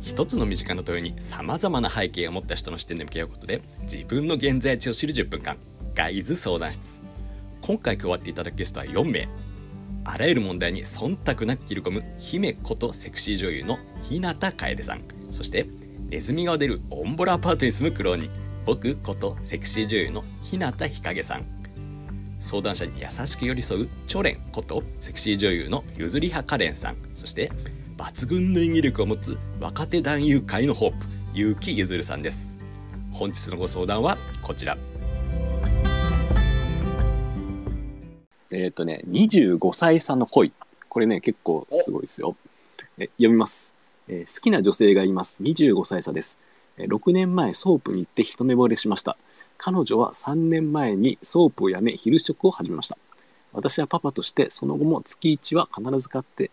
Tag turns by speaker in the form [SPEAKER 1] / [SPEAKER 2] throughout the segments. [SPEAKER 1] 一つの身近な問いにさまざまな背景を持った人の視点で向き合うことで自分の現在地を知る10分間ガイズ相談室今回加わっていただくゲストは4名あらゆる問題に忖度なく切り込む姫ことセクシー女優の日向楓さんそしてネズミが出るオンボラアパートに住む苦労人僕ことセクシー女優の日向日陰さん相談者に優しく寄り添うチョレンことセクシー女優のゆずりはかれんさんそして抜群の演技力を持つ若手男優界のホープ結城ゆずるさんです本日のご相談はこちらえっ、とね25歳差の恋これね結構すごいですよえ読みます、えー好きな女性がいます25歳差です、えー6年前ソープに行って一目惚れしました彼女は3年前にソープをやめ昼食を始めました私はパパとしてその後も月1は必ず買って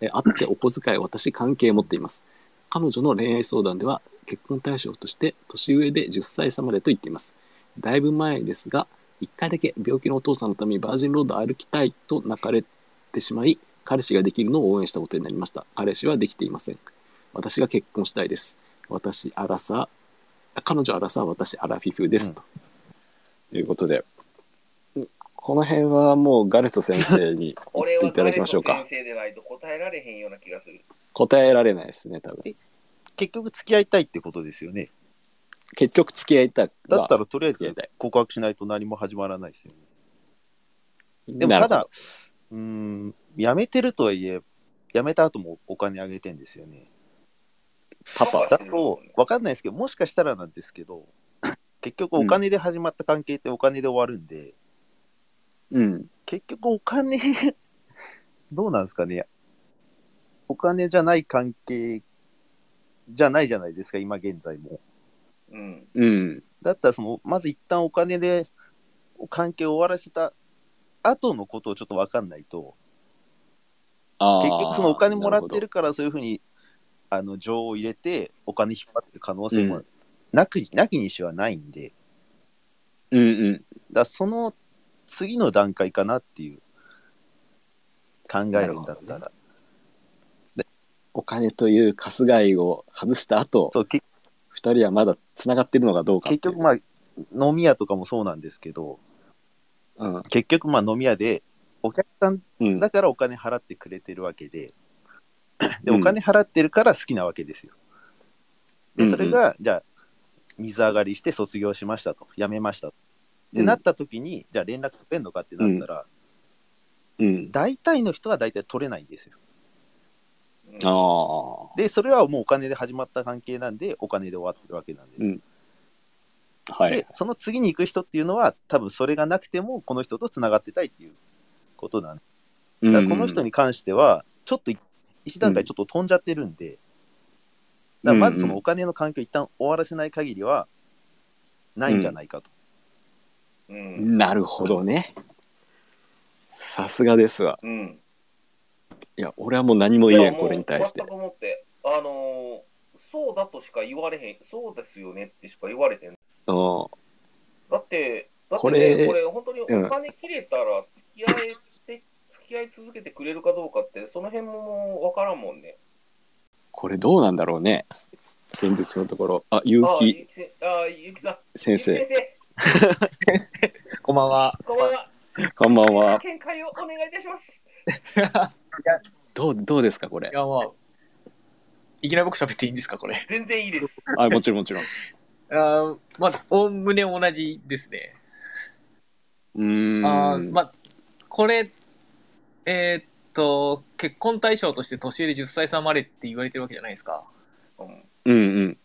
[SPEAKER 1] えー会ってお小遣いを渡し関係を持っています彼女の恋愛相談では結婚対象として年上で10歳差までと言っていますだいぶ前ですが1回だけ病気のお父さんのためにバージンロードを歩きたいと泣かれてしまい彼氏ができるのを応援したことになりました彼氏はできていません私が結婚したいです私アラサー彼女アラサー私アラフィフです、
[SPEAKER 2] うん
[SPEAKER 1] ということでこの辺はもうガレスト先生 に
[SPEAKER 3] これ
[SPEAKER 1] 言って
[SPEAKER 3] は
[SPEAKER 1] ただ
[SPEAKER 3] い
[SPEAKER 1] きましょうか
[SPEAKER 3] 彼の先生でないと答えられへんような気がする。
[SPEAKER 1] 答えられないですね多分
[SPEAKER 2] 結局付き合いたいってことですよね。
[SPEAKER 1] 結局付き合いたい
[SPEAKER 2] だったらとりあえ
[SPEAKER 1] 付き合い
[SPEAKER 2] ず
[SPEAKER 1] たい
[SPEAKER 2] 告白しないと何も始まらないですよね。
[SPEAKER 1] で
[SPEAKER 2] でもただ、うーん、辞めてるとはいえ、辞めた後もお金あげてんですよね。
[SPEAKER 1] パパ
[SPEAKER 2] だと、わかんないですけど、もしかしたらなんですけど、結局お金で始まった関係ってお金で終わるんで、
[SPEAKER 1] うん
[SPEAKER 2] 結局お金、 どうなんですかね。お金じゃない関係じゃないじゃないですか、今現在も。
[SPEAKER 3] うん。
[SPEAKER 1] うん
[SPEAKER 2] だったらその、まず一旦お金で関係を終わらせた後のことをちょっとわかんないと、
[SPEAKER 1] あー
[SPEAKER 2] 結局そのお金もらってるからそういうふうにあの情を入れてお金引っ張ってる可能性
[SPEAKER 1] う
[SPEAKER 2] もなく、なきにしはないんで
[SPEAKER 1] なるほどうんうん
[SPEAKER 2] だからその次の段階かなっていう考えるんだったら、
[SPEAKER 1] お金というカス貝を外した後
[SPEAKER 2] そうけ
[SPEAKER 1] 二人はまだつながってるのかどうかってい
[SPEAKER 2] 結
[SPEAKER 1] う
[SPEAKER 2] 局まあ飲み屋とかもそうなんですけど
[SPEAKER 1] うん
[SPEAKER 2] 結局まあ飲み屋でお客さん
[SPEAKER 1] うん
[SPEAKER 2] だからお金払ってくれてるわけでで
[SPEAKER 1] うん
[SPEAKER 2] お金払ってるから好きなわけですよ。
[SPEAKER 1] うんう
[SPEAKER 2] で
[SPEAKER 1] ん
[SPEAKER 2] それがじゃあ水上がりして卒業しましたと辞めましたとってなった時に、じゃあ連絡取れんのかってなったら、
[SPEAKER 1] うん
[SPEAKER 2] 大体の人は大体取れないんですよ。
[SPEAKER 3] うん
[SPEAKER 1] ああ
[SPEAKER 2] で、それはもうお金で始まった関係なんで、お金で終わってるわけなんです。
[SPEAKER 1] うんは
[SPEAKER 2] で
[SPEAKER 1] い、
[SPEAKER 2] その次に行く人っていうのは、多分それがなくても、この人とつながってたいっていうことなんで、だからこの人
[SPEAKER 1] に
[SPEAKER 2] に関しては、ちょっと一段階ちょっと飛んじゃってるんで、だからまずそのお金の環境を一旦終わらせない限りは、ないんじゃないかと。
[SPEAKER 3] うん。
[SPEAKER 1] なるほどねさすがですわ
[SPEAKER 3] うん。
[SPEAKER 1] いや俺はもう何も言えんこれに対して
[SPEAKER 3] いやもう全く思って、あのーそうだとしか言われへん、そうですよねってしか言われへん。
[SPEAKER 1] うん
[SPEAKER 3] だって、だってね
[SPEAKER 1] これ
[SPEAKER 3] これ本当にお金切れたら付き合えて、付き合い続けてくれるかどうかって、その辺もわからんもんね。
[SPEAKER 1] これどうなんだろうね現実のところあ結
[SPEAKER 3] あー、
[SPEAKER 1] 城
[SPEAKER 3] ゆきせあー、ゆきさん。
[SPEAKER 1] 先
[SPEAKER 3] ゆ
[SPEAKER 1] 生
[SPEAKER 3] き先
[SPEAKER 1] こんばんは
[SPEAKER 3] 生、こんばんは。
[SPEAKER 1] こんばんは
[SPEAKER 3] 見解をお願いいたします。
[SPEAKER 1] どうどうですかこれ
[SPEAKER 4] いやまあ、いきなり僕喋っていいんですか、これ。
[SPEAKER 3] 全然いいです。
[SPEAKER 1] あもちろんもちろん
[SPEAKER 4] あーまあ、おおむね同じですね。
[SPEAKER 1] うーん
[SPEAKER 4] あーまあ、これ、えーっと、結婚対象として年上で10歳差までって言われてるわけじゃないですか。
[SPEAKER 3] うん。
[SPEAKER 1] うん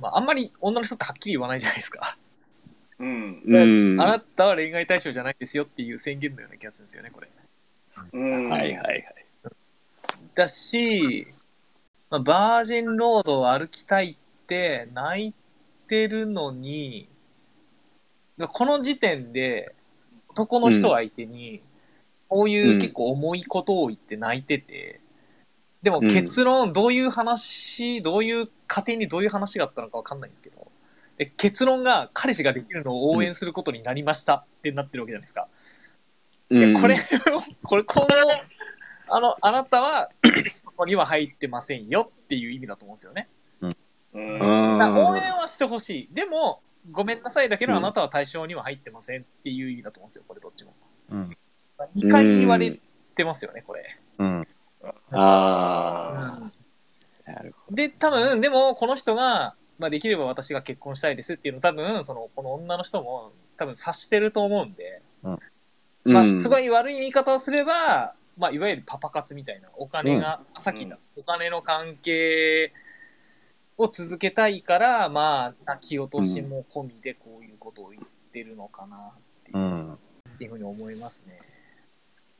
[SPEAKER 4] まあ、あんまり女の人ってはっきり言わないじゃないですか。
[SPEAKER 3] うん。
[SPEAKER 1] うんうん
[SPEAKER 4] あなたは恋愛対象じゃないですよっていう宣言のような気がするんですよね、これ。
[SPEAKER 3] うん
[SPEAKER 1] はいはいはい
[SPEAKER 4] だし、まあ、バージンロードを歩きたいって泣いてるのに、この時点で男の人相手に、こういう結構重いことを言って泣いてて、で
[SPEAKER 1] う
[SPEAKER 4] も
[SPEAKER 1] ん
[SPEAKER 4] 結論、どういう話、どういう過程にどういう話があったのかわかんないんですけど、で結論が彼氏ができるのを応援することになりましたってなってるわけじゃないですか。いやこれ、これ、この、あの、あなたは、そこには入ってませんよっていう意味だと思うんですよね。
[SPEAKER 2] うん
[SPEAKER 3] うん
[SPEAKER 5] うん
[SPEAKER 4] だから応援はしてほしい。でも、ごめんなさいだけど、あなたは対象には入ってませんっていう意味だと思うんですよ、これどっちも。
[SPEAKER 2] うん。
[SPEAKER 4] 2回言われてますよね、これ。
[SPEAKER 2] うん。
[SPEAKER 5] ああ、なるほ
[SPEAKER 4] で、多分、でも、この人が、まあ、できれば私が結婚したいですっていうの、多分、その、この女の人も、多分察してると思うんで、
[SPEAKER 5] ど。
[SPEAKER 4] まあ、すご
[SPEAKER 5] い。
[SPEAKER 4] い悪い見方をすれば、まあ、いわゆるパパ活みたいな、お金が、さっき言った、お金の関係を続けたいから、まあ、泣き落としも込みでこういうことを言ってるのかなっていう,、
[SPEAKER 2] うん。
[SPEAKER 4] っていうふうに思いますね。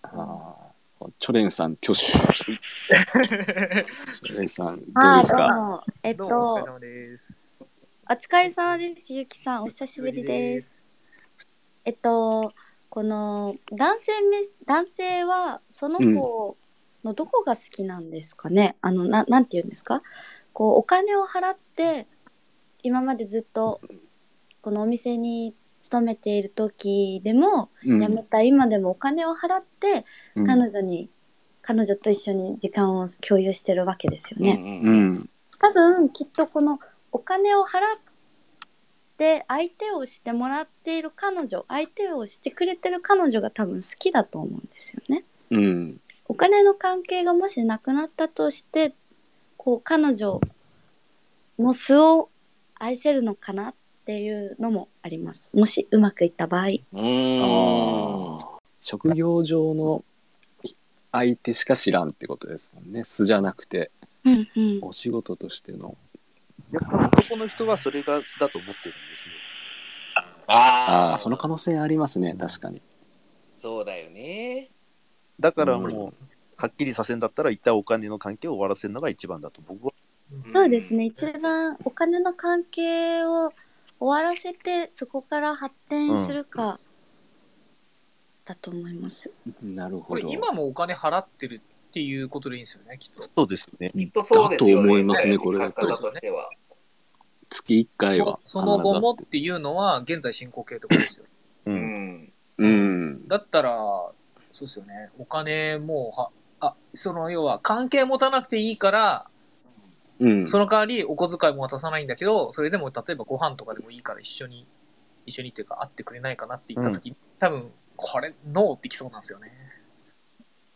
[SPEAKER 5] あーチョレンさん挙手。チョレンさんどう
[SPEAKER 6] は
[SPEAKER 5] で
[SPEAKER 6] い、
[SPEAKER 5] す
[SPEAKER 6] どう
[SPEAKER 5] か。
[SPEAKER 6] も。 えっ
[SPEAKER 4] どうもお疲れ
[SPEAKER 6] と、
[SPEAKER 4] 様です。
[SPEAKER 6] お疲れ様です。ゆきさん、お久しぶりです。
[SPEAKER 4] す。
[SPEAKER 6] えっと、この男性め、男性はその子のどこが好きなんですかね。あの、な、なんて言うんですか。こう、お金を払って、今までずっと。このお店に勤めている時でも、
[SPEAKER 5] うん
[SPEAKER 6] 辞めた今でもお金を払って、
[SPEAKER 5] うん
[SPEAKER 6] 彼女に。彼女と一緒に時間を共有してるわけですよね。
[SPEAKER 5] うん。
[SPEAKER 6] 多分きっとこのお金を払って相手をしてもらっている彼女相手をしてくれてる彼女が多分好きだと思うんですよね。
[SPEAKER 5] うん。
[SPEAKER 6] お金の関係がもしなくなったとしてこう彼女の素を愛せるのかなっていうのもあります。もしうまくいった場合。
[SPEAKER 5] ああ。職業上の相手しか知らんってことですもんね。素じゃなくて
[SPEAKER 6] うんうん
[SPEAKER 5] お仕事としての。
[SPEAKER 2] やっぱ男の人はそれが素だと思ってるんですよ。
[SPEAKER 5] あ
[SPEAKER 3] あ
[SPEAKER 5] あ、その可能性ありますね。確かに。
[SPEAKER 3] そうだよね。
[SPEAKER 2] だからもう、はっきりさせんだったら、一旦お金の関係を終わらせるのが一番だと僕は。
[SPEAKER 6] そうですね一番お金の関係を終わらせてそこから発展するか、だと思います。
[SPEAKER 5] なる
[SPEAKER 4] こ
[SPEAKER 5] ほ
[SPEAKER 4] れ
[SPEAKER 5] ど。
[SPEAKER 4] 今もお金払ってるっていうことでいいんですよね、きっと。
[SPEAKER 2] そうですよね。
[SPEAKER 3] きっとそうですよ
[SPEAKER 5] だと思いますねこれだ
[SPEAKER 3] だ
[SPEAKER 5] と
[SPEAKER 3] としては。
[SPEAKER 5] 月一回は必ず
[SPEAKER 4] その後もっていうのは、現在進行形ってことですよね
[SPEAKER 2] う。
[SPEAKER 3] うんん。
[SPEAKER 5] うん。
[SPEAKER 4] だったら、そうですよね、お金もうは、あその要は関係持たなくていいから、
[SPEAKER 5] うん。
[SPEAKER 4] その代わりお小遣いも渡さないんだけど、それでも例えばご飯とかでもいいから一緒に、一緒にっていうか、会ってくれないかなって言ったとき、多分これ、ノーってきそうなんですよね。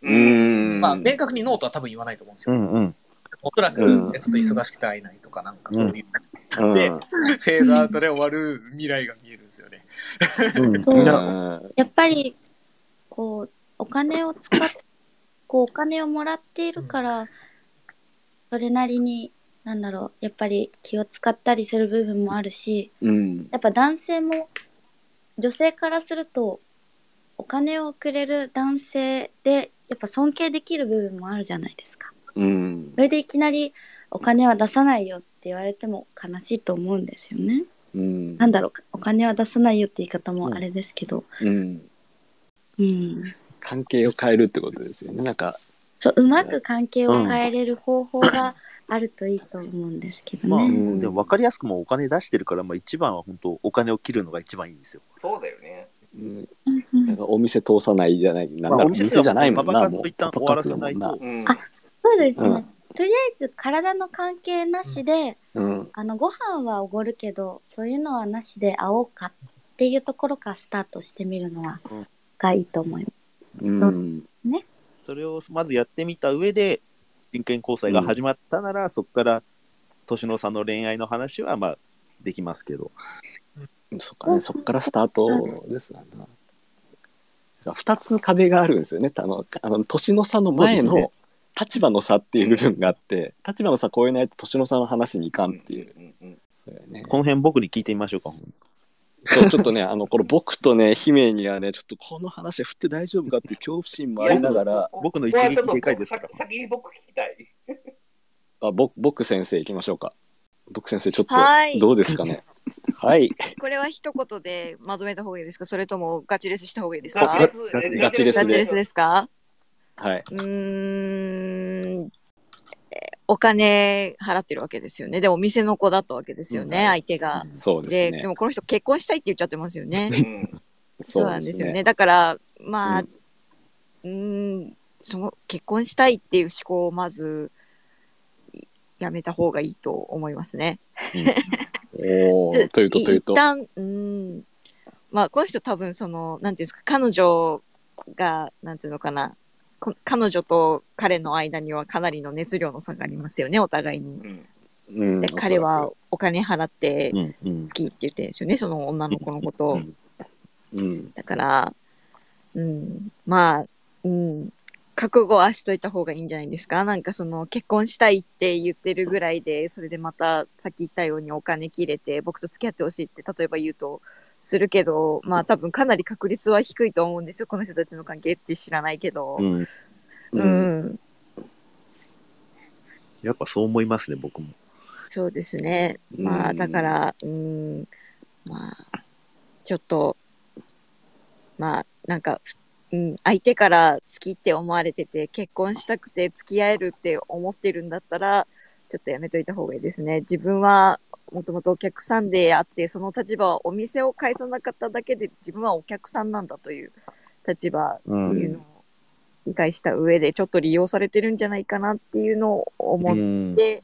[SPEAKER 5] う
[SPEAKER 3] うん
[SPEAKER 5] ん。
[SPEAKER 4] まあ、明確にノーとは多分言わないと思うんです
[SPEAKER 2] う
[SPEAKER 4] よ。
[SPEAKER 2] んうん。
[SPEAKER 4] おそらく、
[SPEAKER 5] うん
[SPEAKER 4] えちょっと忙しくて会えないとか、なんかそういう、
[SPEAKER 5] うん
[SPEAKER 4] でフェードアウトで終わる未来が見えるんですよね。
[SPEAKER 5] う
[SPEAKER 2] うんん。
[SPEAKER 6] やっぱりこうお金を使っこうお金をもらっているから、それなりになんだろうやっぱり気を使ったりする部分もあるし
[SPEAKER 5] うん。
[SPEAKER 6] やっぱ男性も女性からするとお金をくれる男性でやっぱ尊敬できる部分もあるじゃないですか。
[SPEAKER 5] うん
[SPEAKER 6] そ。れでいきなりお金は出さないよって言われても悲しいと思うんですよね。
[SPEAKER 5] うん。
[SPEAKER 6] なんだろうお金は出さないよって言い方もあれですけど、
[SPEAKER 5] うん。
[SPEAKER 6] うん、
[SPEAKER 5] 関係を変えるってことですよね。なんか、
[SPEAKER 6] そううまく関係を変えれる方法があるといいと思うんですけど
[SPEAKER 2] まあ、
[SPEAKER 6] ね。
[SPEAKER 5] ん
[SPEAKER 2] でも分かりやすくもうお金出してるから、まあ、一番は本当お金を切るのが一番いいんですよ。
[SPEAKER 3] そうだよね。
[SPEAKER 5] うん
[SPEAKER 6] うん
[SPEAKER 5] なんかお店通さないじゃない、なんだろう、店じゃないもんな。
[SPEAKER 2] パパ活
[SPEAKER 5] も
[SPEAKER 2] と
[SPEAKER 5] う
[SPEAKER 2] 一旦終
[SPEAKER 5] パ
[SPEAKER 2] わ
[SPEAKER 5] パ
[SPEAKER 2] ら
[SPEAKER 5] 活
[SPEAKER 2] せ
[SPEAKER 5] だも
[SPEAKER 2] ない
[SPEAKER 5] んな
[SPEAKER 2] と。
[SPEAKER 3] うん。
[SPEAKER 6] あそうですね、
[SPEAKER 5] うん
[SPEAKER 6] とりあえず体の関係なしで、
[SPEAKER 5] うん。
[SPEAKER 6] あのご飯はおごるけどそういうのはなしで会おうかっていうところからスタートしてみるのは、
[SPEAKER 2] うん
[SPEAKER 6] がいいと思います。
[SPEAKER 5] うん。
[SPEAKER 2] それをまずやってみた上で、真剣交際が始まったなら、そこから年の差の恋愛の話はまあできますけど。
[SPEAKER 5] そっかね、そっからスタートですわな。2つ壁があるんですよね。あの、あの年の差の前
[SPEAKER 2] そうです
[SPEAKER 5] の立場の差っていう部分があって、立場の差超えないと年の差の話にいかんっていう。
[SPEAKER 3] うんうんうん
[SPEAKER 5] そうやね
[SPEAKER 2] この辺僕に聞いてみましょうか。
[SPEAKER 5] そうちょっとね、あの、この僕とね、姫にはね、ちょっとこの話振って大丈夫かっていう恐怖心もありながら、
[SPEAKER 2] 僕の一撃でかいですから
[SPEAKER 3] ここはちょっと先先に僕聞きたい。
[SPEAKER 5] あ、ぼ僕先生行きましょうか。僕先生、ちょっと
[SPEAKER 7] はい
[SPEAKER 5] どうですかね。はい。
[SPEAKER 7] これは一言でまとめた方がいいですかそれともガチレスした方がいいです
[SPEAKER 3] ガ
[SPEAKER 7] か
[SPEAKER 3] チレス
[SPEAKER 5] ガチレス
[SPEAKER 7] ガチレスですか
[SPEAKER 5] はい。
[SPEAKER 7] うーんえお金払ってるわけですよねでもお店の子だったわけですよね、
[SPEAKER 5] うん
[SPEAKER 7] 相手が。
[SPEAKER 5] そうです
[SPEAKER 7] で
[SPEAKER 5] ね
[SPEAKER 7] で。もこの人結婚したいって言っちゃってますよ ね。
[SPEAKER 3] うん
[SPEAKER 7] そうなんですよね。。だから、まあ、うーん、その結婚したいっていう思考をまず、いやめた方がいいと思いますね。
[SPEAKER 5] おお
[SPEAKER 7] ちょ
[SPEAKER 5] というとというと
[SPEAKER 7] 一旦うんまあこの人多分そのなんていうんですか彼女がなんていうのかなこ彼女と彼の間にはかなりの熱量の差がありますよねお互いに。
[SPEAKER 5] うん
[SPEAKER 7] で彼はお金払って
[SPEAKER 5] うんうん
[SPEAKER 7] 好きって言ってるんですよねその女の子のことを。
[SPEAKER 5] うん
[SPEAKER 7] だからうんまあうん覚悟はしといた方がいいんじゃないですかなんかその結婚したいって言ってるぐらいでそれでまたさっき言ったようにお金切れて僕と付き合ってほしいって例えば言うとするけどまあ多分かなり確率は低いと思うんですよこの人たちの関係値知らないけど
[SPEAKER 5] う。ん
[SPEAKER 7] う
[SPEAKER 5] うん
[SPEAKER 7] ん
[SPEAKER 2] やっぱそう思いますね、僕も。
[SPEAKER 7] そうですね。
[SPEAKER 5] うん
[SPEAKER 7] まあ、だから、うーん、まあ、ちょっと、まあ、なんか、ふうん、相手から好きって思われてて、結婚したくて付き合えるって思ってるんだったら、ちょっとやめといた方がいいですね。自分は、もともとお客さんであって、その立場はお店を返さなかっただけで、自分はお客さんなんだという立場
[SPEAKER 2] うん
[SPEAKER 7] っていうのを理解した上で、ちょっと利用されてるんじゃないかなっていうのを思っ
[SPEAKER 2] うん
[SPEAKER 7] で、っ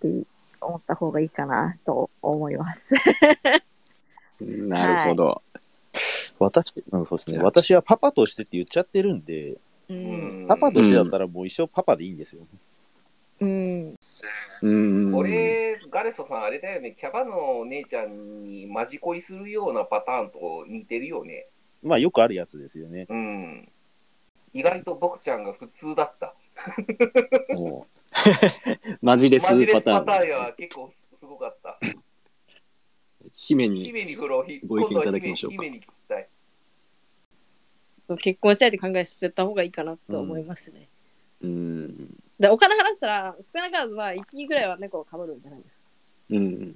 [SPEAKER 7] て思った方がいいかなと思います。
[SPEAKER 5] なるほど、
[SPEAKER 2] 私、うん、そうです
[SPEAKER 5] じ
[SPEAKER 2] ね。
[SPEAKER 5] ゃあ
[SPEAKER 2] 私はパパとしてって言っちゃってるんで、
[SPEAKER 7] う。
[SPEAKER 3] うんん
[SPEAKER 2] パパとしてだったらもう一生パパでいいんですよ。
[SPEAKER 7] うん。
[SPEAKER 5] うん
[SPEAKER 3] 俺、ガレソさん、あれだよね、キャバのお姉ちゃんにマジ恋するようなパターンと似てるよね。
[SPEAKER 2] まあよくあるやつですよね。
[SPEAKER 3] うん。意外と僕ちゃんが普通だった。
[SPEAKER 5] おーマジレス
[SPEAKER 3] マジレス
[SPEAKER 5] パタ
[SPEAKER 3] パターン
[SPEAKER 5] ーン
[SPEAKER 3] は結構すごかった。
[SPEAKER 5] 姫に
[SPEAKER 3] 姫に風呂ひ、
[SPEAKER 5] ご意見いただきましょう
[SPEAKER 3] 今度は姫
[SPEAKER 5] か
[SPEAKER 3] 姫に聞きたい。
[SPEAKER 8] 結婚したいって考えさせた方がいいかなと思いますね。
[SPEAKER 5] うん
[SPEAKER 8] でお金払ったら少なからずまあ1匹ぐらいは猫をかぶるんじゃないですか。
[SPEAKER 5] うん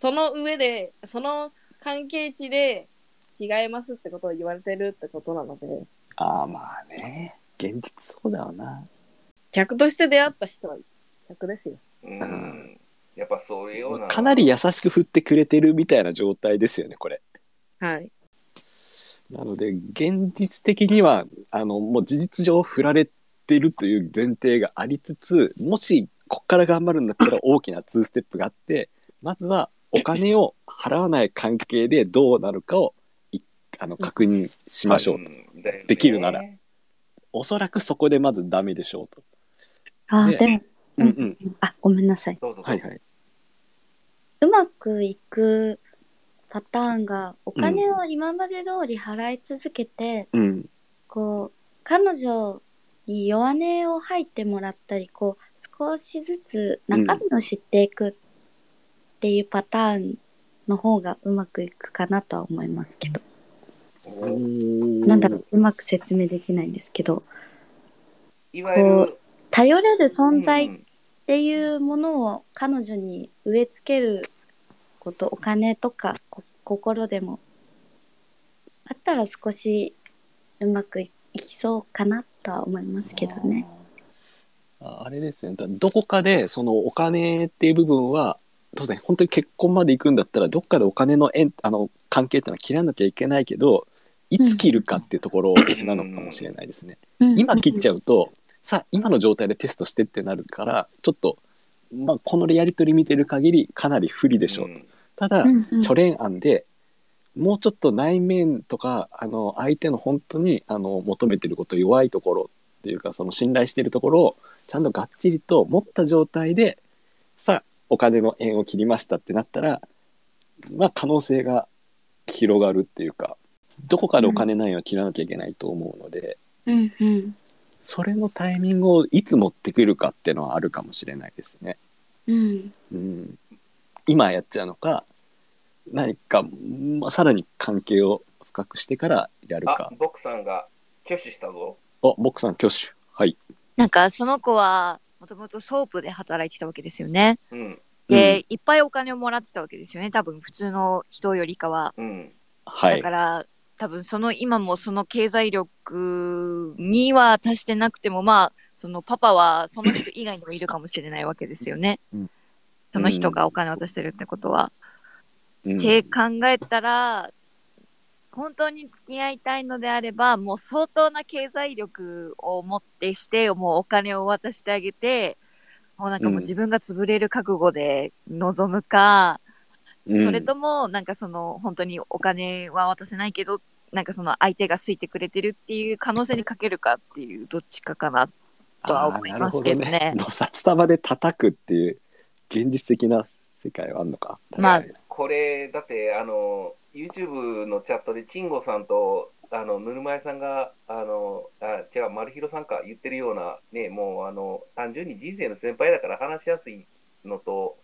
[SPEAKER 8] その上でその関係値で違いますってことを言われてるってことなので
[SPEAKER 5] ああまあね現実そうだよな
[SPEAKER 8] 客として出会った人は客ですよ。
[SPEAKER 3] うん。やっぱそういうような。
[SPEAKER 5] かなり優しく振ってくれてるみたいな状態ですよねこれ
[SPEAKER 8] はい。
[SPEAKER 5] なので現実的にはあのもう事実上振られてるという前提がありつつもしこっから頑張るんだったら大きな2ステップがあってまずはお金を払わない関係でどうなるかをいあの確認しましょう、
[SPEAKER 3] うんだよね
[SPEAKER 5] できるならおそらくそこでまずダメでしょうと。
[SPEAKER 6] あ
[SPEAKER 5] ね
[SPEAKER 6] ーでも、
[SPEAKER 5] うんうん、
[SPEAKER 6] あごめんなさい。
[SPEAKER 3] どうぞどうぞ。
[SPEAKER 5] はいはいう
[SPEAKER 6] まくいくパターンがお金を今まで通り払い続けて、
[SPEAKER 5] うん
[SPEAKER 6] こう彼女に弱音を吐いてもらったりこう少しずつ中身を知っていくっていうパターンの方がうまくいくかなとは思いますけど、なんだろううまく説明できないんですけど
[SPEAKER 3] いわゆる
[SPEAKER 6] 頼れる存在
[SPEAKER 3] う
[SPEAKER 6] っ
[SPEAKER 3] ん
[SPEAKER 6] ていうものを彼女に植え付けることお金とかこ心でもあったら少しうまくいきそうかなとは思いますけどね。
[SPEAKER 5] ああれですねだどこかでそのお金っていう部分は当然本当に結婚まで行くんだったらどっかでお金の縁あの関係っていうのは切らなきゃいけないけどいつ切るかっていうところなのかもしれないですね。今切っちゃうとさあ今の状態でテストしてってなるからちょっと、まあ、このやり取り見てる限りかなり不利でしょうと。
[SPEAKER 3] ん
[SPEAKER 5] ただ、
[SPEAKER 6] うんうん
[SPEAKER 5] チョレン案でもうちょっと内面とかあの相手の本当にあの求めてること弱いところっていうかその信頼してるところをちゃんとがっちりと持った状態でさあお金の縁を切りましたってなったらまあ可能性が広がるっていうかどこかでお金ないは切らなきゃいけないと思うので、
[SPEAKER 6] うんうん
[SPEAKER 5] それのタイミングをいつ持ってくるかっていうのはあるかもしれないですね。
[SPEAKER 6] うん
[SPEAKER 5] うん、今やっちゃうのか何か、まあ、さらに関係を深くしてからやる
[SPEAKER 3] あ
[SPEAKER 5] か、
[SPEAKER 3] 僕さんが挙手したぞ。
[SPEAKER 5] おボクさん挙手はい
[SPEAKER 7] なんか、その子は、もともとソープで働いてたわけですよね。
[SPEAKER 3] うん。
[SPEAKER 7] で、いっぱいお金をもらってたわけですよね。多分、普通の人よりかは。
[SPEAKER 3] うん。
[SPEAKER 5] は
[SPEAKER 7] だ
[SPEAKER 5] い
[SPEAKER 7] から、多分、その、今もその経済力には達してなくても、まあ、そのパパはその人以外にもいるかもしれないわけですよね。
[SPEAKER 2] うん
[SPEAKER 7] その人がお金を渡してるってことは。
[SPEAKER 5] うん
[SPEAKER 7] って考えたら、本当に付き合いたいのであれば、もう相当な経済力を持ってして、もうお金を渡してあげて、もうなんかもう自分が潰れる覚悟で臨む
[SPEAKER 5] う
[SPEAKER 7] か、
[SPEAKER 5] ん
[SPEAKER 7] それともなんかその本当にお金は渡せないけどなんかその相手が好いてくれてるっていう可能性にかけるかっていうどっちかかなとは思いますけどね
[SPEAKER 5] あーなるほどね札束で叩くっていう現実的な世界はあるのか。確かに
[SPEAKER 3] これ、だって、あの、YouTube のチャットで、チンゴさんと、あの、ぬるま湯さんが、あの、あ、違う、丸広さんか、言ってるような、ね、もう、あの、単純に人生の先輩だから話しやすいのと、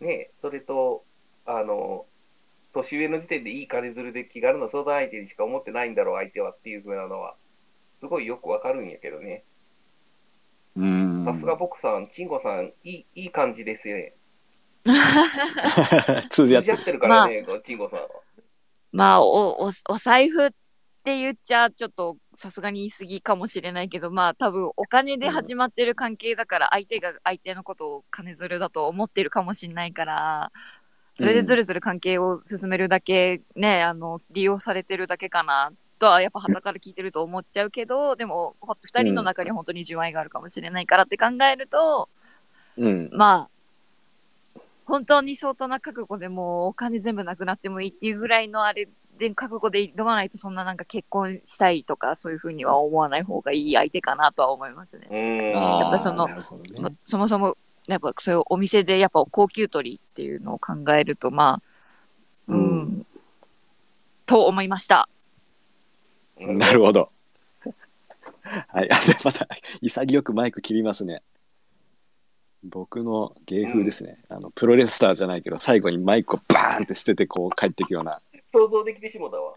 [SPEAKER 3] ね、それと、あの、年上の時点でいい金づるで気軽な相談相手にしか思ってないんだろう、相手はっていうふうなのは、すごいよくわかるんやけどね。
[SPEAKER 5] うん
[SPEAKER 3] さすが僕さん、チンゴさん、いい、いい感じですね。
[SPEAKER 5] 通じ合
[SPEAKER 3] 通じ合
[SPEAKER 5] ってる
[SPEAKER 3] ってるからね、チンゴさんは。
[SPEAKER 7] まあおおお財布って言っちゃちょっとさすがに言い過ぎかもしれないけどまあ多分お金で始まってる関係だから相手が相手のことを金づるだと思ってるかもしれないからそれでずるずる関係を進めるだけね、あの利用されてるだけかなとはやっぱ傍から聞いてると思っちゃうけどでもほ二人の中に本当に純愛があるかもしれないからって考えると
[SPEAKER 5] うん
[SPEAKER 7] まあ本当に相当な覚悟でもうお金全部なくなってもいいっていうぐらいのあれで覚悟で挑まないとそんななんか結婚したいとかそういうふうには思わない方がいい相手かなとは思いますね。
[SPEAKER 3] うん。
[SPEAKER 5] あー
[SPEAKER 7] やっぱその
[SPEAKER 5] なるほどね
[SPEAKER 7] まそもそもやっぱそういうお店でやっぱ高級取りっていうのを考えるとまあうん、
[SPEAKER 5] う
[SPEAKER 7] と思いました。
[SPEAKER 5] なるほど。 はい、あでまた潔くマイク切りますね。僕の芸風ですね、あのプロレスラーじゃないけど最後にマイクをバーンって捨ててこう帰っていくような
[SPEAKER 3] 想像できてしもたわ。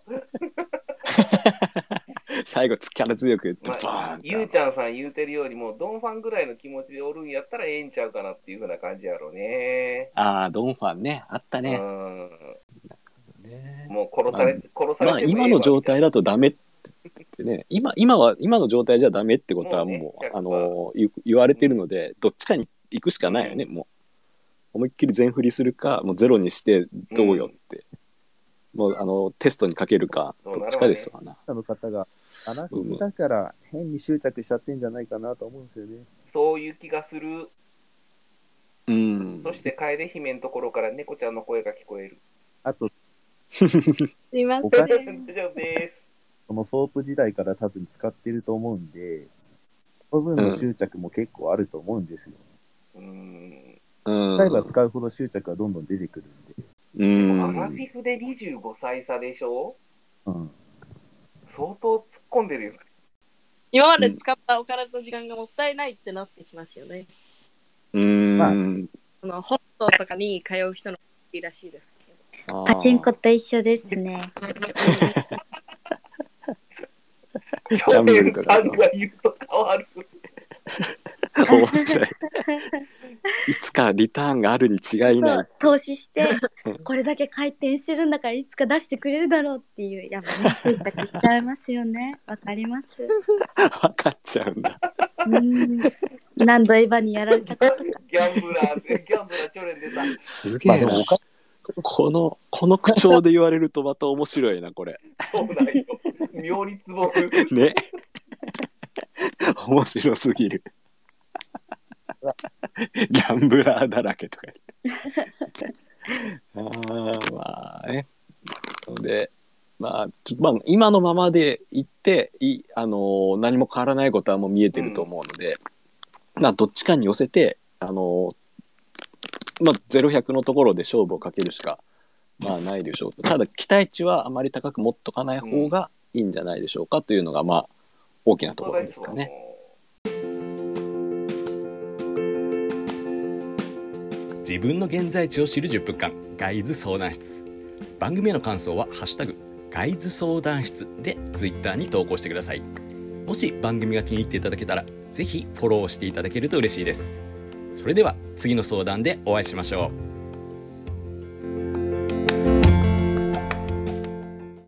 [SPEAKER 5] 最後力強く言って
[SPEAKER 3] ま
[SPEAKER 5] バーン
[SPEAKER 3] あ
[SPEAKER 5] っ、て、
[SPEAKER 3] ゆうちゃんさん言うてるように、もうドンファンぐらいの気持ちでおるんやったらええんちゃうかなっていうふうな感じやろうね。
[SPEAKER 5] ああドンファンねあったね,、ね
[SPEAKER 3] うん。もう殺され、殺され
[SPEAKER 5] ま
[SPEAKER 3] てもええ
[SPEAKER 5] あ
[SPEAKER 3] わ
[SPEAKER 5] 今の状態だとダメってね今今は今の状態じゃダメってことは
[SPEAKER 3] も
[SPEAKER 5] も
[SPEAKER 3] う
[SPEAKER 5] う
[SPEAKER 3] ね
[SPEAKER 5] あの言言われてるので、どっちかに行くしかないよね、もう思いっきり全振りするかもうゼロにしてどうよって、もうあのテストにかけるか
[SPEAKER 3] そ
[SPEAKER 5] ど
[SPEAKER 3] うなるわね
[SPEAKER 5] っちかですわな
[SPEAKER 2] たの方が、あなたから変に執着しちゃってんじゃないかなと思うんですよね。
[SPEAKER 3] そういう気がする。
[SPEAKER 5] うん
[SPEAKER 3] そして、楓姫のところから猫ちゃんの声が聞こえる。
[SPEAKER 2] あと、
[SPEAKER 8] すいま
[SPEAKER 2] お
[SPEAKER 8] せ
[SPEAKER 2] か
[SPEAKER 3] 大
[SPEAKER 2] え
[SPEAKER 8] ん。
[SPEAKER 3] 丈夫です。
[SPEAKER 2] そのソープ時代から多分使ってると思うんで、その分の執着も結構あると思うんですよ。
[SPEAKER 3] うん。
[SPEAKER 5] うん
[SPEAKER 2] 使えば使うほど執着がどんどん出てくるんで。
[SPEAKER 5] う
[SPEAKER 3] アラフ
[SPEAKER 5] ん
[SPEAKER 3] ィフで25歳差でしょ
[SPEAKER 2] うん。
[SPEAKER 3] 相当突っ込んでるよ。
[SPEAKER 8] 今まで使ったお金と時間がもったいないってなってきますよね。
[SPEAKER 5] うん、
[SPEAKER 8] そのホストとかに通う人の多いらしいですけど。
[SPEAKER 5] あー
[SPEAKER 6] パチンコと一緒ですね。
[SPEAKER 5] ャンブルとか
[SPEAKER 3] 少年さんが言うと変わる。
[SPEAKER 5] 面白いいつかリターンがあるに違い
[SPEAKER 6] そ
[SPEAKER 5] ないう
[SPEAKER 6] 投 資してこれだけ回転してるんだからいつか出してくれるだろうっていうやっぱ選択しちゃいますよね。わかります。
[SPEAKER 5] 分かっちゃうんだ
[SPEAKER 6] うん何度エヴァにやられたか。
[SPEAKER 3] ギャンブラー、ギャンブラー、チョレン出た。
[SPEAKER 5] すげ
[SPEAKER 2] まあ
[SPEAKER 5] え
[SPEAKER 2] で
[SPEAKER 5] な
[SPEAKER 2] もお金、
[SPEAKER 5] このこの口調で言われるとまた面白いなこれ
[SPEAKER 3] そうなんよ。妙にツボる。
[SPEAKER 5] ね面白すぎるギャンブラーだらけとか言ってああまあねなのでまあちょまあ今のままでいっていあのー何も変わらないことはもう見えてると思うので、まあどっちかに寄せてあのーまあ0100のところで勝負をかけるしかまあないでしょうとただ期待値はあまり高く持っとかない方がいいんじゃないでしょうかというのがまあ大きなところですかね。
[SPEAKER 1] 自分の現在地を知る10分間ガイズ相談室番組への感想は「ハッシュタグガイズ相談室」でツイッターに投稿してくださいもし番組が気に入っていただけたらぜひフォローしていただけると嬉しいですそれでは次の相談でお会いしましょう